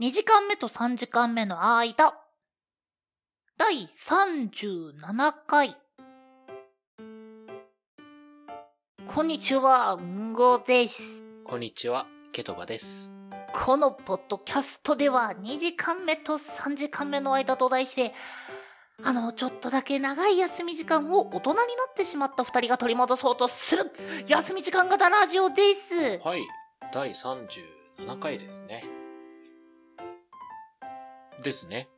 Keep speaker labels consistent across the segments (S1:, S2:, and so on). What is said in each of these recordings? S1: 2時間目と3時間目の間。第37回。こんにちは、んごです。
S2: こんにちは、ケトバです。
S1: このポッドキャストでは2時間目と3時間目の間と題して、あの、ちょっとだけ長い休み時間を大人になってしまった2人が取り戻そうとする休み時間型ラジオです。
S2: はい、第37回ですね。ですね。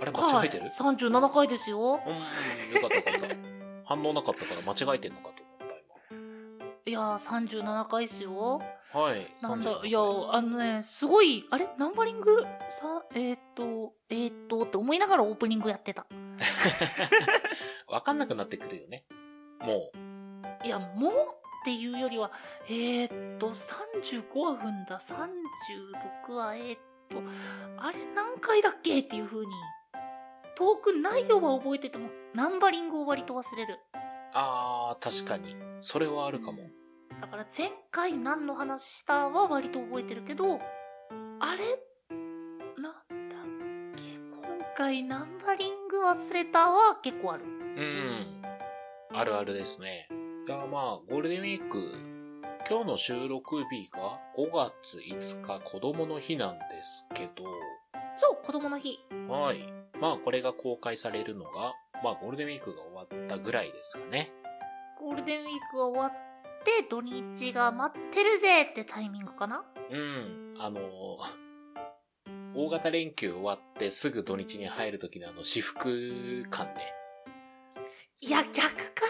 S2: あれ、間違えてる、
S1: はい、37回ですよ。
S2: うーん、よかったよ かった。反応なかったから間違えてんのかと思っ
S1: いやー、37回ですよ。
S2: た、今。はい、
S1: なん
S2: 37
S1: だ、
S2: 回
S1: いや、あのね、すごい、あれナンバリングさ、えーっと、えーっと、って思いながらオープニングやってた。
S2: わかんなくなってくるよね。も
S1: いや、もうっていうよりは、えーっと、35は踏んだ、36は、えーっと、あれ何回だっけっていう風に、遠く内容は覚えてても、ナンバリングを割と忘れる。
S2: う、あー、確かに。それはあるかも。
S1: だから前回何の話したは割と覚えてるけど、あれなんだっけ今回ナンバリング忘れたは結構ある。
S2: うん。あるあるですね。いや、まあ、ゴールデンウィーク、今日の収録日が5月5日子供の日なんですけど、
S1: そう、子供の日。
S2: はい。まあ、これが公開されるのが、まあ、ゴールデンウィークが終わったぐらいですかね。
S1: ゴールデンウィークが終わって土日が待ってるぜってタイミングかな
S2: うん。あのー大型連休終わってすぐ土日に入る時のあの、私服感ね。
S1: いや、逆か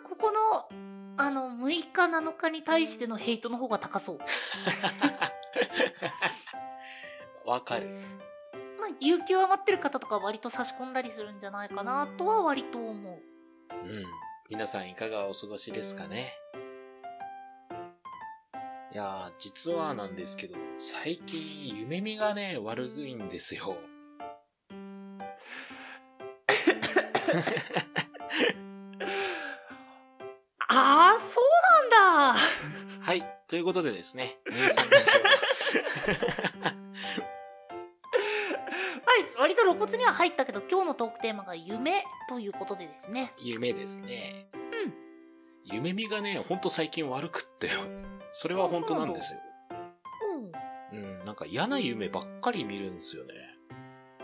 S1: なここの、あの、6日7日に対してのヘイトの方が高そう。
S2: わかる。
S1: まあ、有給余ってる方とかは割と差し込んだりするんじゃないかなとは割と思う。
S2: うん。皆さんいかがお過ごしですかね。いやー、実はなんですけど、最近夢見がね、悪いんですよ。
S1: ああ、そうなんだ
S2: はい。ということでですね、皆さんたちは
S1: はい、割と露骨には入ったけど、今日のトークテーマが夢ということでですね。
S2: 夢ですね。うん。夢見がね、ほんと最近悪くってよ。それは本当なんですよ。
S1: うん。
S2: うん、なんか嫌な夢ばっかり見るんですよね。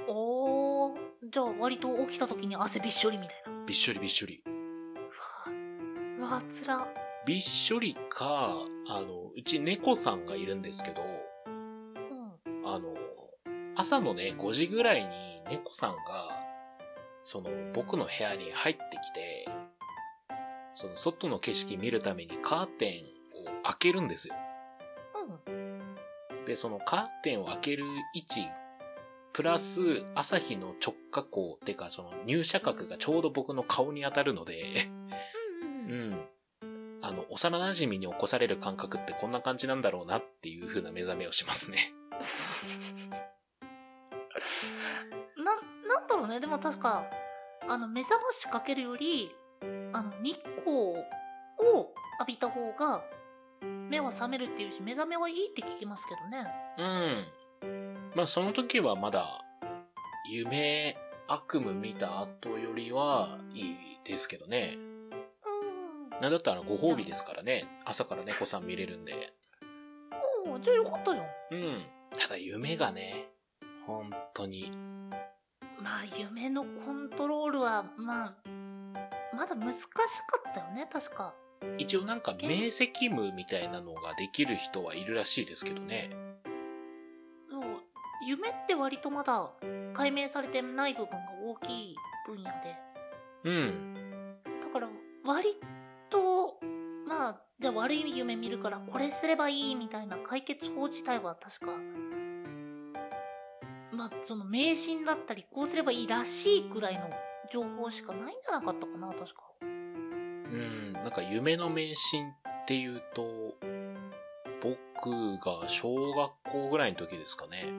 S1: おー、じゃあ割と起きた時に汗びっしょりみたいな。
S2: びっしょりびっしょり。
S1: うわ、うわ、つら。
S2: びっしょりか、あの、うち猫さんがいるんですけど、
S1: うん。
S2: あの、朝のね、5時ぐらいに猫さんが、その、僕の部屋に入ってきて、その、外の景色見るためにカーテンを開けるんですよ。
S1: うん。
S2: で、そのカーテンを開ける位置、プラス朝日の直下光ってか、その入射角がちょうど僕の顔に当たるので、
S1: うん
S2: う
S1: うん。
S2: ん。あの、幼馴染に起こされる感覚ってこんな感じなんだろうなっていう風な目覚めをしますね。
S1: な、なんだろうね。でも確か、あの、目覚ましかけるより、あの、日光を浴びた方が、目は覚めるっていうし、目覚めはいいって聞きますけどね。
S2: うん。まあ、その時はまだ、夢、悪夢見た後よりはいいですけどね。
S1: う
S2: なんだったらご褒美ですからね。朝から猫さん見れるんで。
S1: ん。うん、じゃあよかったじゃん。
S2: うん。ただ夢がね、本当に。
S1: まあ夢のコントロールはまあまだ難しかったよね確か
S2: 一応なんか明晰夢みたいなのができる人はいるらしいですけどね。
S1: そう夢って割とまだ解明されてない部分が大きい分野で
S2: うん。
S1: だから割とまあじゃあ悪い夢見るからこれすればいいみたいな解決法自体は確かまあその迷信だったりこうすればいいらしいくらいの情報しかないんじゃなかったかな確か
S2: うん。なんか夢の迷信っていうと、僕が小学校ぐらいの時ですかね。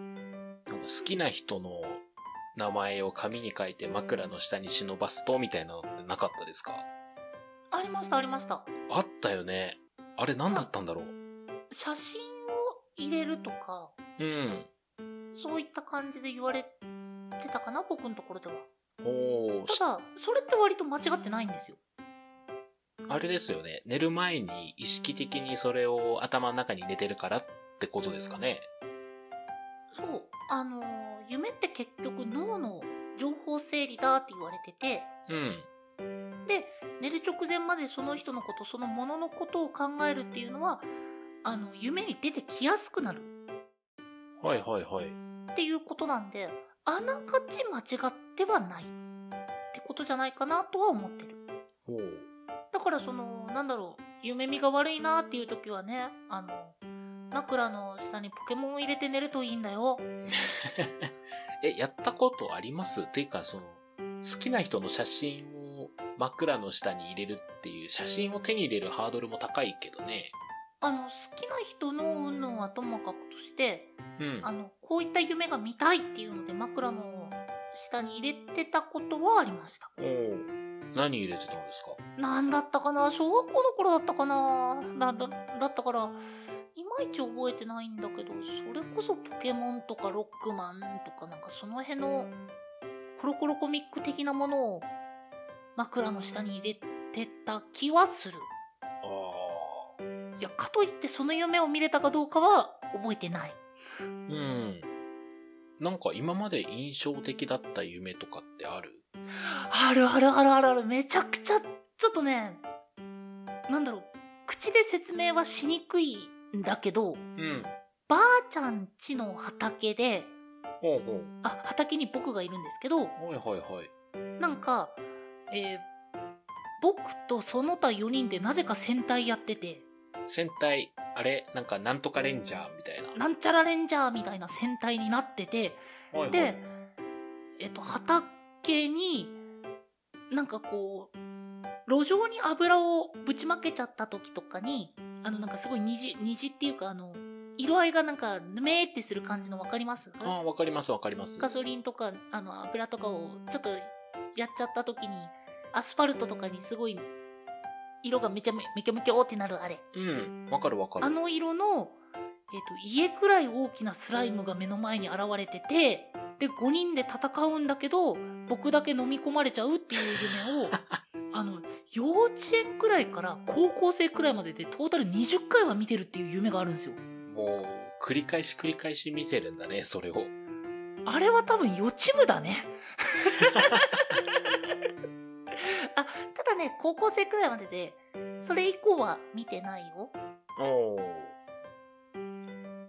S2: なんか好きな人の名前を紙に書いて枕の下に忍ばすとみたいなのってなかったですか
S1: ありましたありました
S2: あったよね。あれ何だったんだろう。
S1: 写真を入れるとか
S2: うん。
S1: そういった感じで言われてたかな僕のところでは
S2: おー、した
S1: だそれって割と間違ってないんですよ
S2: あれですよね。寝る前に意識的にそれを頭の中に寝てるからってことですかね。
S1: そうあのー夢って結局脳の情報整理だって言われてて
S2: うん。
S1: 寝る直前までその人のことそのもののことを考えるっていうのはあの夢に出てきやすくなる
S2: はいはいはい。
S1: っていうことなんであながち間違ってはないってことじゃないかなとは思ってる
S2: おー。
S1: だからそのなんだろう夢見が悪いなっていう時はねあの枕の下にポケモンを入れて寝るといいんだよ
S2: え、やったことありますっていうか、その、好きな人の写真を枕の下に入れるっていう、写真を手に入れるハードルも高いけどね。
S1: あの好きな人の云々はともかくとして
S2: うん
S1: あ。のこういった夢が見たいっていうので枕の下に入れてたことはありました
S2: おー何入れてたんですか
S1: なんだったかな小学校の頃だったかなだだだったからいまいち覚えてないんだけどそれこそポケモンとかロックマンとかなんかその辺のコロコロコミック的なものを枕の下に入れてた気はする
S2: ああ。
S1: いやかといってその夢を見れたかどうかは覚えてない
S2: うん。なんか今まで印象的だった夢とかってある
S1: あるあるあるあるあるめちゃくちゃちょっとねなんだろう口で説明はしにくいんだけど
S2: うん。
S1: ばあちゃんちの畑で
S2: ほうほう。
S1: あ畑に僕がいるんですけど
S2: はいはいはい。
S1: なんか、えー僕とその他4人でなぜか戦隊やってて
S2: 戦隊、あれなんかなんとかレンジャーみたいな。
S1: なんちゃらレンジャーみたいな戦隊になってて
S2: はいはい、
S1: で、えっと畑になんかこう路上に油をぶちまけちゃった時とかにあのなんかすごい虹虹っていうかあの色合いがなんかぬめーってする感じの分かります
S2: ああ、わかりますわかります。
S1: ガソリンとかあの油とかをちょっとやっちゃった時にアスファルトとかにすごい色がめちゃめめきょめきょってなるあれ
S2: うん。わかるわかる。
S1: あの色の、えっと家くらい大きなスライムが目の前に現れててで5人で戦うんだけど僕だけ飲み込まれちゃうっていう夢をあの幼稚園くらいから高校生くらいまででトータル20回は見てるっていう夢があるんですよ
S2: もう、繰り返し繰り返し見てるんだね、それを。
S1: あれは多分予知夢だね。 あ、ただね、高校生くらいまでで、それ以降は見てないよ。
S2: お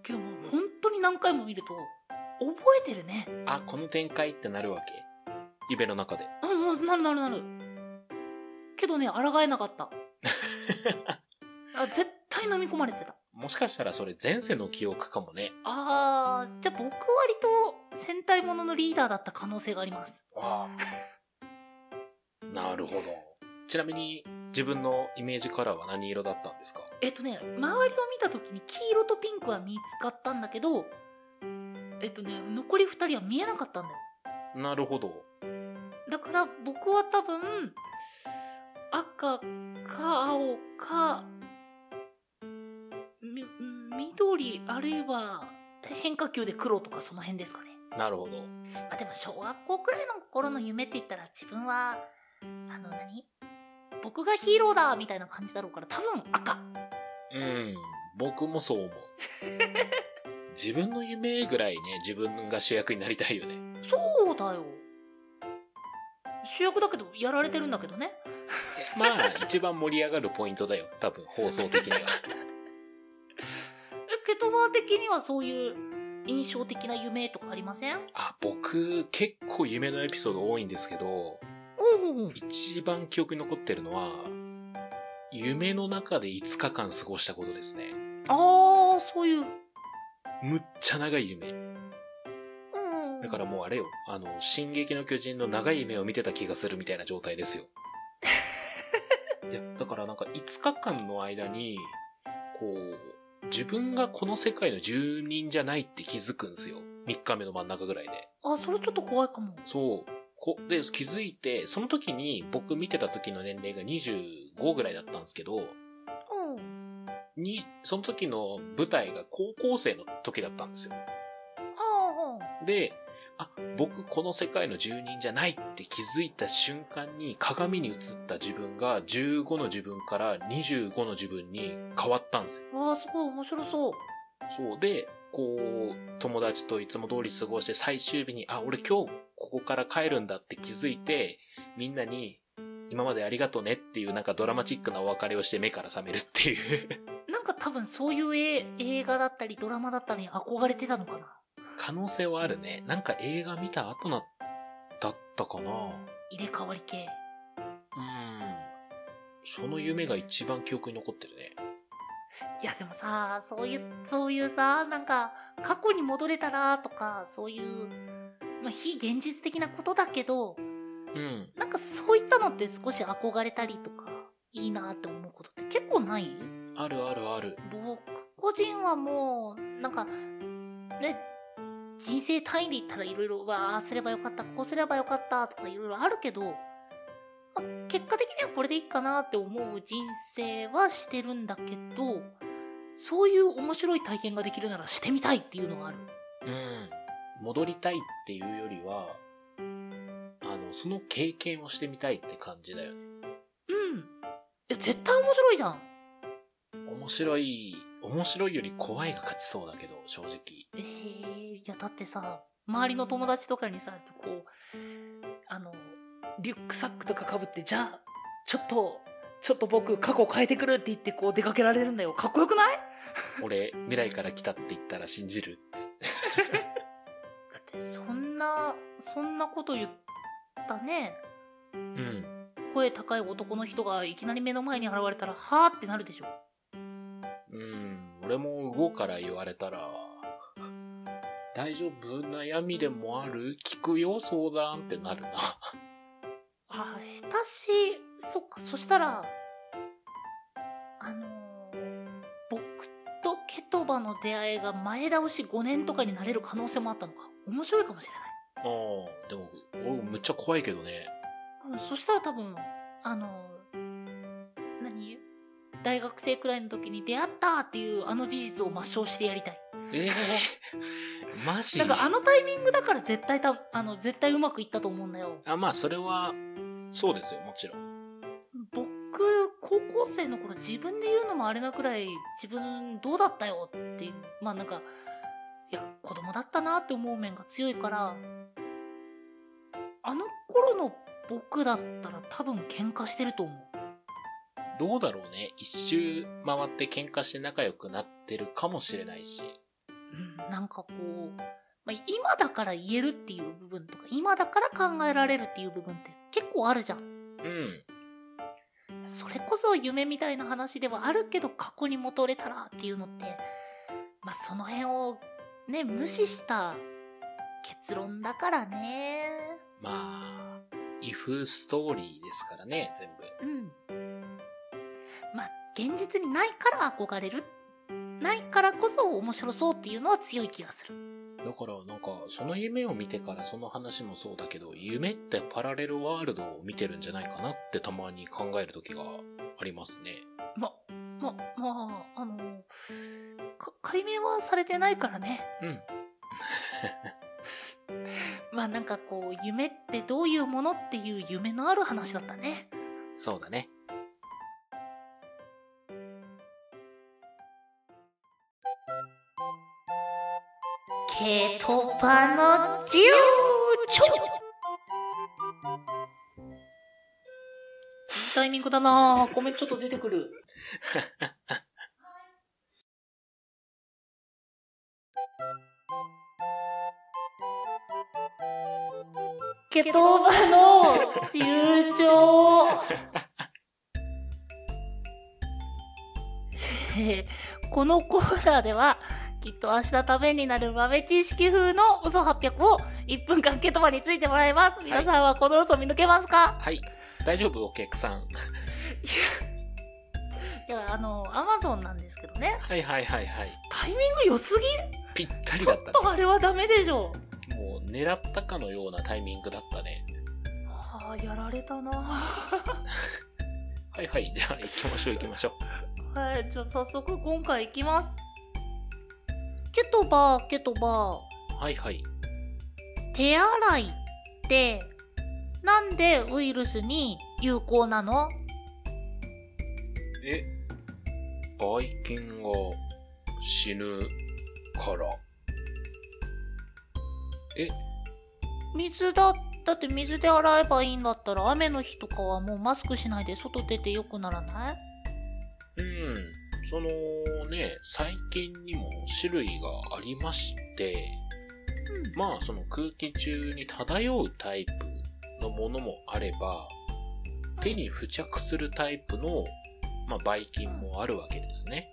S1: けどもう本当に何回も見ると、覚えてるね。
S2: あ、この展開ってなるわけ夢の中で。
S1: あ、もうなるなるなる。けどね、抗えなか った。あ絶対飲み込まれてた。
S2: もしかしたらそれ前世の記憶かもね。
S1: あー、じゃあ僕割と戦隊もののリーダーだった可能性があります。
S2: ああ。なるほど。ちなみに、自分のイメージカラーは何色だったんですか
S1: えっとね、周りを見た時に黄色とピンクは見つかったんだけど、えっとね、残り2人は見えなかったんだよ。
S2: なるほど。
S1: だから僕は多分、赤か青か、み、緑、あるいは変化球で黒とかその辺ですかね。
S2: なるほど。
S1: まあでも小学校くらいの頃の夢って言ったら自分は、あの何僕がヒーローだみたいな感じだろうから多分赤。
S2: うん。僕もそう 思う。自分の夢ぐらいね、自分が主役になりたいよね。
S1: そうだよ。主役だけど、やられてるんだけどね。
S2: まあ、一番盛り上がるポイントだよ。多分、放送的に は。
S1: えケトバー的にはそういう印象的な夢とかありません
S2: あ、僕、結構夢のエピソード多いんですけど、
S1: うんうんうん。
S2: 一番記憶に残ってるのは、夢の中で5日間過ごしたことですね。
S1: ああ、そういう。
S2: むっちゃ長い夢。
S1: うんうん。
S2: だからもうあれよ、あの、進撃の巨人の長い夢を見てた気がするみたいな状態で すよ。いや、だからなんか5日間の間に、こう、自分がこの世界の住人じゃないって気づくんですよ。3日目の真ん中ぐらいで。
S1: あ、それちょっと怖いかも。
S2: そう。こで、気づいて、その時に僕見てた時の年齢が25ぐらいだったんですけど、
S1: うん。
S2: に、その時の舞台が高校生の時だったんですよ。
S1: ああ、
S2: で、あ、僕この世界の住人じゃないって気づいた瞬間に鏡に映った自分が15の自分から25の自分に変わったんですよ。
S1: わあ、すごい面白そう。
S2: そうで、こう、友達といつも通り過ごして最終日に、あ、俺今日ここから帰るんだって気づいて、みんなに、今までありがとねっていうなんかドラマチックなお別れをして目から覚めるっていう。
S1: なんか多分そういう絵映画だったりドラマだったりに憧れてたのかな。
S2: 可能性はあるね。なんか映画見た後な、だったかな。うん。
S1: 入れ替わり系。
S2: その夢が一番記憶に残ってるね。
S1: いやでもさ、そういう、そういうさ、なんか過去に戻れたらとか、そういう、まあ非現実的なことだけど、
S2: うん。
S1: なんかそういったのって少し憧れたりとか、いいなって思うことって結構ない
S2: あるあるある。
S1: 僕個人はもう、なんか、ね、人生単位で言ったらいろいろ、わあ、すればよかった、こうすればよかったとかいろいろあるけど、まあ結果的にはこれでいいかなって思う人生はしてるんだけど、そういう面白い体験ができるならしてみたいっていうのはある。
S2: うん。戻りたいっていうよりは、あの、その経験をしてみたいって感じだよね。
S1: うん。いや、絶対面白いじゃん。
S2: 面白い、面白いより怖いが勝ちそうだけど、正直。
S1: えー、いや、だってさ、周りの友達とかにさ、こう、あの、リュックサックとか被って、じゃあ、ちょっと、ちょっと僕、過去変えてくるって言って、こう、出かけられるんだよ。かっこよくないだ
S2: 俺、未来から来たって言ったら信じるつって
S1: って、そんな、そんなこと言ったね。
S2: うん。
S1: 声高い男の人がいきなり目の前に現れたら、はーってなるでしょ。
S2: うん。俺も動から言われたら、大丈夫悩みでもある聞くよ相談ってなるな。
S1: あ、下手し、そっか、そしたら、あのー僕とケトバの出会いが前倒し5年とかになれる可能性もあったのか。面白いかもしれ
S2: ああ、でも、俺むっちゃ怖いけどね。
S1: ない。うん、そしたら多分、あのー何大学生くらいの時に出会ったっていうあの事実を抹消してやりたい。
S2: え えマジ
S1: なんかあのタイミングだから絶対た、あの、絶対うまくいったと思うんだよ。
S2: あ、まあ、それは、そうですよ、もちろん。
S1: 僕高校生の頃自分で言うのもあれなくらい自分どうだったよっていうまあなんかいや子供だったなって思う面が強いからあの頃の僕だったら多分喧嘩してると思う
S2: どうだろうね。一周回って喧嘩して仲良くなってるかもしれないし。
S1: うんなんかこう、まあ、今だから言えるっていう部分とか今だから考えられるっていう部分って結構あるじゃん
S2: うん。
S1: それこそ夢みたいな話ではあるけど過去に戻れたらっていうのって、まあ、その辺をね、無視した結論だからね。
S2: まあ、イフストーリーですからね、全部。
S1: うん。まあ、現実にないから憧れる。ないからこそ面白そうっていうのは強い気がする。
S2: だから、なんか、その夢を見てからその話もそうだけど、夢ってパラレルワールドを見てるんじゃないかなってたまに考える時がありますね。
S1: ま、ま、まあ、あの、か解明はされてないからね。
S2: うん。
S1: まあなんかこう、夢ってどういうものっていう夢のある話だったね。
S2: そうだね。
S1: ケトバの自由ちょいいタイミングだなぁごめん、ちょっと出てくる。ケトバの自由 帳えーこのコーナーではきっと明日ためになる豆知識風の嘘800を1分間ケトバについてもらいます。皆さんはこの嘘見抜けますか、
S2: はい。大丈夫お客さん。
S1: い、や、あの、アマゾンなんですけどね。
S2: はいはいはいはい。
S1: タイミング良す
S2: ぴった
S1: ぎ
S2: り
S1: ちょっ
S2: だったね。
S1: とあれはダメでしょ。
S2: もう狙ったかのようなタイミングだったね。
S1: ああ、やられたな
S2: はいはい、じゃあ行きましょう行きましょ
S1: はい、じゃあ早速今回いきます。ケトバ、ケトバ、
S2: う。はいはい。
S1: 手洗いってなんでウイルスに有効なの
S2: え、ばい菌が死ぬから。
S1: 水だだって水で洗えばいいんだったら雨の日とかはもうマスクしないで外出てよくならない
S2: うん。そのね、細菌にも種類がありまして、
S1: うん
S2: まあその空気中に漂うタイプのものもあれば、手に付着するタイプの、まあ、ばい菌もあるわけですね。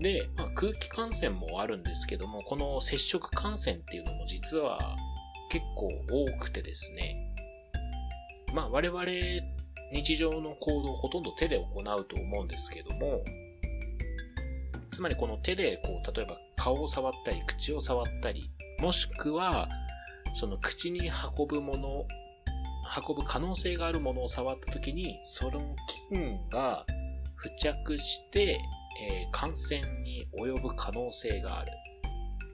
S2: で、まあ、空気感染もあるんですけども、この接触感染っていうのも実は結構多くてですね。まあ我々日常の行動をほとんど手で行うと思うんですけども、つまりこの手でこう、例えば顔を触ったり、口を触ったり、もしくは、その口に運ぶもの、運ぶ可能性があるものを触った時に、その菌が付着して、えー感染に及ぶ可能性がある。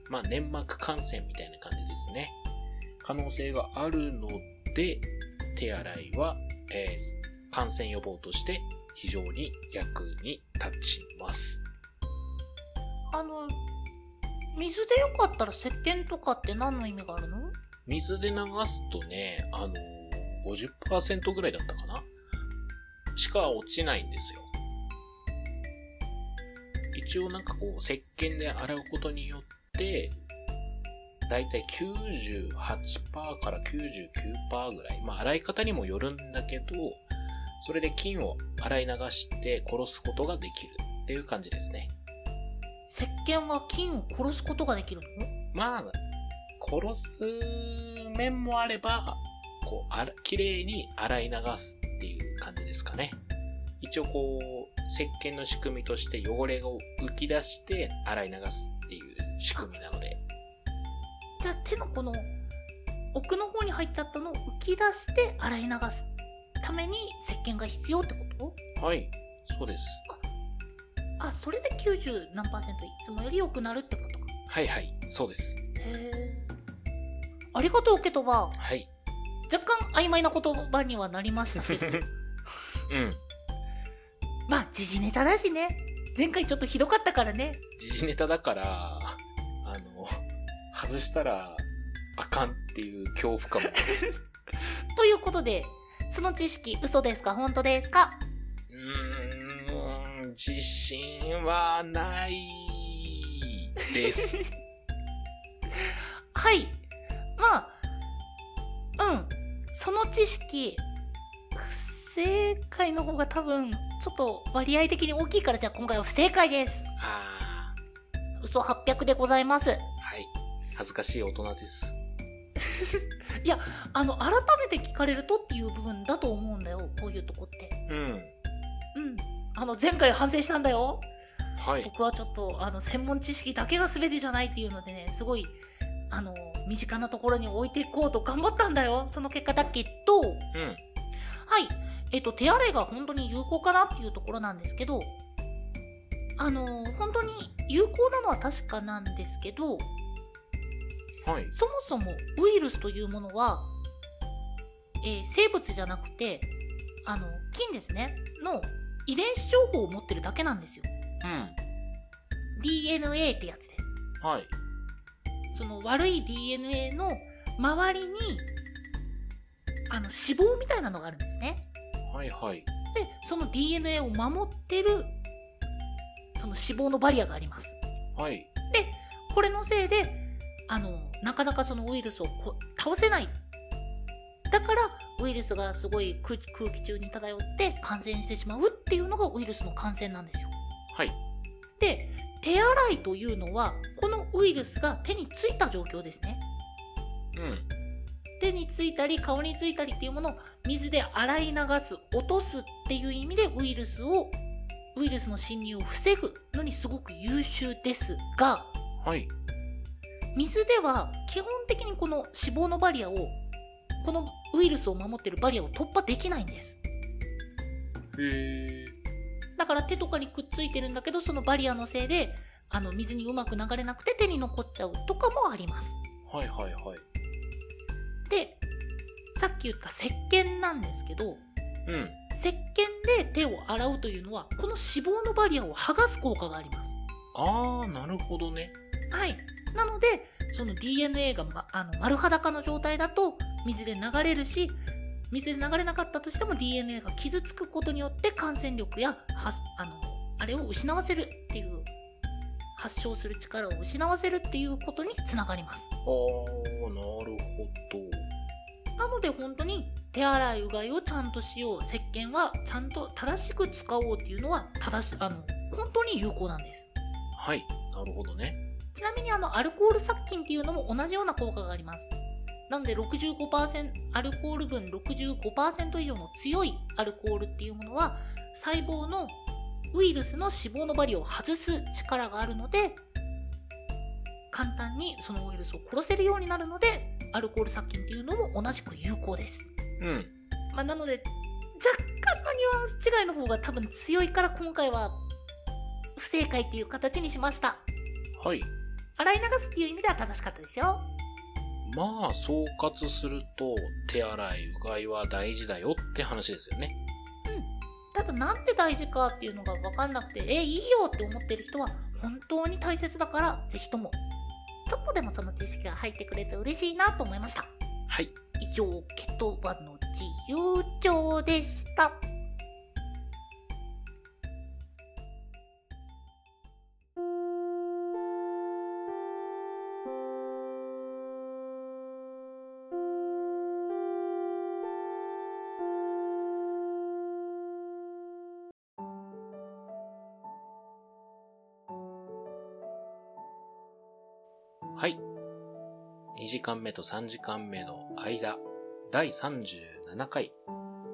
S2: まあ、粘膜感染みたいな感じですね。可能性があるので、手洗いは、えー感染予防として非常に役に立ちます。
S1: あの水でよかったら石鹸とかって何の意味があるの
S2: 水で流すとね、あのー、50%ぐらいだったかなしか落ちないんですよ。一応なんかこう、石鹸で洗うことによって、だいたい98%から99%ぐらい。まあ、洗い方にもよるんだけど、それで菌を洗い流して殺すことができるっていう感じですね。
S1: 石鹸は菌を殺すことができるの
S2: まあ、殺す面もあれば、こう、あら綺麗に洗い流すっていう感じですかね。一応こう、石鹸の仕組みとして汚れを浮き出して洗い流すっていう仕組みなので。
S1: じゃあ手のこの奥の方に入っちゃったのを浮き出して洗い流すために石鹸が必要ってこと
S2: はい、そうです。
S1: あそれで90何パーセントいつもより良くなるってことか
S2: はいはい、そうです。
S1: へえありがとうケトバ
S2: はい。
S1: 若干曖昧な言葉にはなりましたけど
S2: うん。
S1: まあ時事ネタだしね前回ちょっとひどかったからね
S2: 時事ネタだから、あの、外したらあかんっていう恐怖感も。
S1: ということでその知識嘘ですか本当ですか
S2: うーん、自信はない です。
S1: はい。まあ、うん。その知識、不正解の方が多分、ちょっと割合的に大きいから、じゃあ今回は不正解です。
S2: あ
S1: 嘘800でございます。
S2: ーはい。恥ずかしい大人です。
S1: あの、改めて聞かれるとっていう部分だと思うんだよ、こういうとこって。
S2: うん。
S1: うん。あの、前回反省したんだよ。
S2: はい。
S1: 僕はちょっと、あの、専門知識だけが全てじゃないっていうのでね、すごい、あの、身近なところに置いていこうと頑張ったんだよ。その結果だけど、
S2: うん。
S1: はい。えっと、手洗いが本当に有効かなっていうところなんですけど、あのー本当に有効なのは確かなんですけど、
S2: はい。
S1: そもそもウイルスというものは、えー生物じゃなくて、あの、菌ですね、の遺伝子情報を持ってるだけなんですよ。
S2: うん。
S1: DNA ってやつです。
S2: はい。
S1: その悪い DNA の周りに、あの、脂肪みたいなのがあるんですね。
S2: はいはい。
S1: でその DNA を守ってるその脂肪のバリアがあります
S2: はい。
S1: これのせいであのなかなかそのウイルスをこ倒せないだからウイルスがすごい空空気中に漂って感染してしまうっていうのがウイルスの感染なんですよ
S2: はい。
S1: で手洗いというのはこのウイルスが手についた状況ですね
S2: うん。
S1: 手についたり顔についたりっていうものを水で洗い流す落とすっていう意味でウイルスをウイルスの侵入を防ぐのにすごく優秀ですが
S2: はい。
S1: 水では基本的にこの脂肪のバリアをこのウイルスを守ってるバリアを突破できないんです
S2: へー。
S1: だから手とかにくっついてるんだけどそのバリアのせいであの水にうまく流れなくて手に残っちゃうとかもあります
S2: はいはいはい。
S1: さっき言った石鹸なんですけど
S2: うん。
S1: 石鹸で手を洗うというのはこの脂肪のバリアを剥がす効果があります
S2: ああ、なるほどね。
S1: はいなのでその DNA が、ま、あの丸裸の状態だと水で流れるし水で流れなかったとしても DNA が傷つくことによって感染力やはすあのあれを失わせるっていう発症する力を失わせるっていうことにつながります
S2: ああ、なるほど。
S1: なので本当に手洗いうがいをちゃんとしよう石鹸はちゃんと正しく使おうっていうのは正しあの本当に有効なんです
S2: はい。なるほどね。
S1: ちなみにあのアルコール殺菌っていうのも同じような効果がありますなので65%アルコール分65%以上の強いアルコールっていうものは細胞のウイルスの脂肪のバリを外す力があるので簡単にそのウイルスを殺せるようになるのでアルコール殺菌っていうのも同じく有効です
S2: うん。
S1: まあ、なので若干のニュアンス違いの方が多分強いから今回は不正解っていう形にしました
S2: はい。
S1: 洗い流すっていう意味では正しかったですよ
S2: まあ、総括すると、手洗い、うがいは大事だよって話ですよね。
S1: ただなんで大事かっていうのが分かんなくてえいいよって思ってる人は本当に大切だからぜひともちょっとでもその知識が入ってくれて嬉しいなと思いました
S2: はい。
S1: 以上ケトバの自由帳でした
S2: はい。2時間目と3時間目の間、第37回。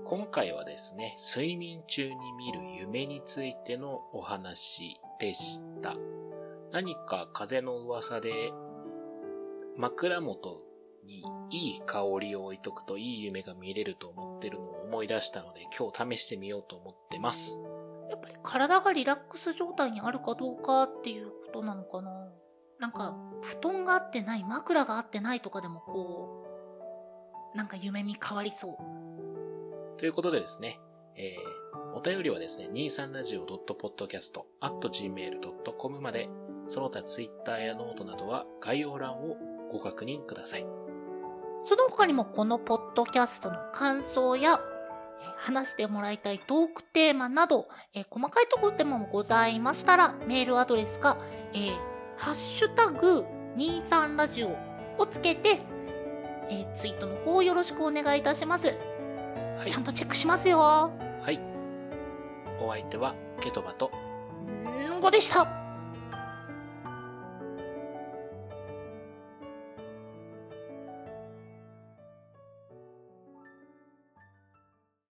S2: 今回はですね、睡眠中に見る夢についてのお話でした。何か風の噂で、枕元にいい香りを置いとくといい夢が見れると思ってるのを思い出したので、今日試してみようと思ってます。
S1: やっぱり体がリラックス状態にあるかどうかっていうことなのかな。なんか、布団が合ってない、枕が合ってないとかでもこう、なんか夢見変わりそう。
S2: ということでですね、えー、お便りはですね、23radio.podcast.gmail.com まで、その他ツイッターやノートなどは概要欄をご確認ください。
S1: その他にもこのポッドキャストの感想や、えー話してもらいたいトークテーマなど、えー細かいところでもございましたら、メールアドレスか、えーハッシュタグ23ラジオをつけて、えーツイートの方よろしくお願いいたします。
S2: はい
S1: ちゃん。とチェックしますよ。
S2: はい。お相手は、ケトバと、
S1: んーごでした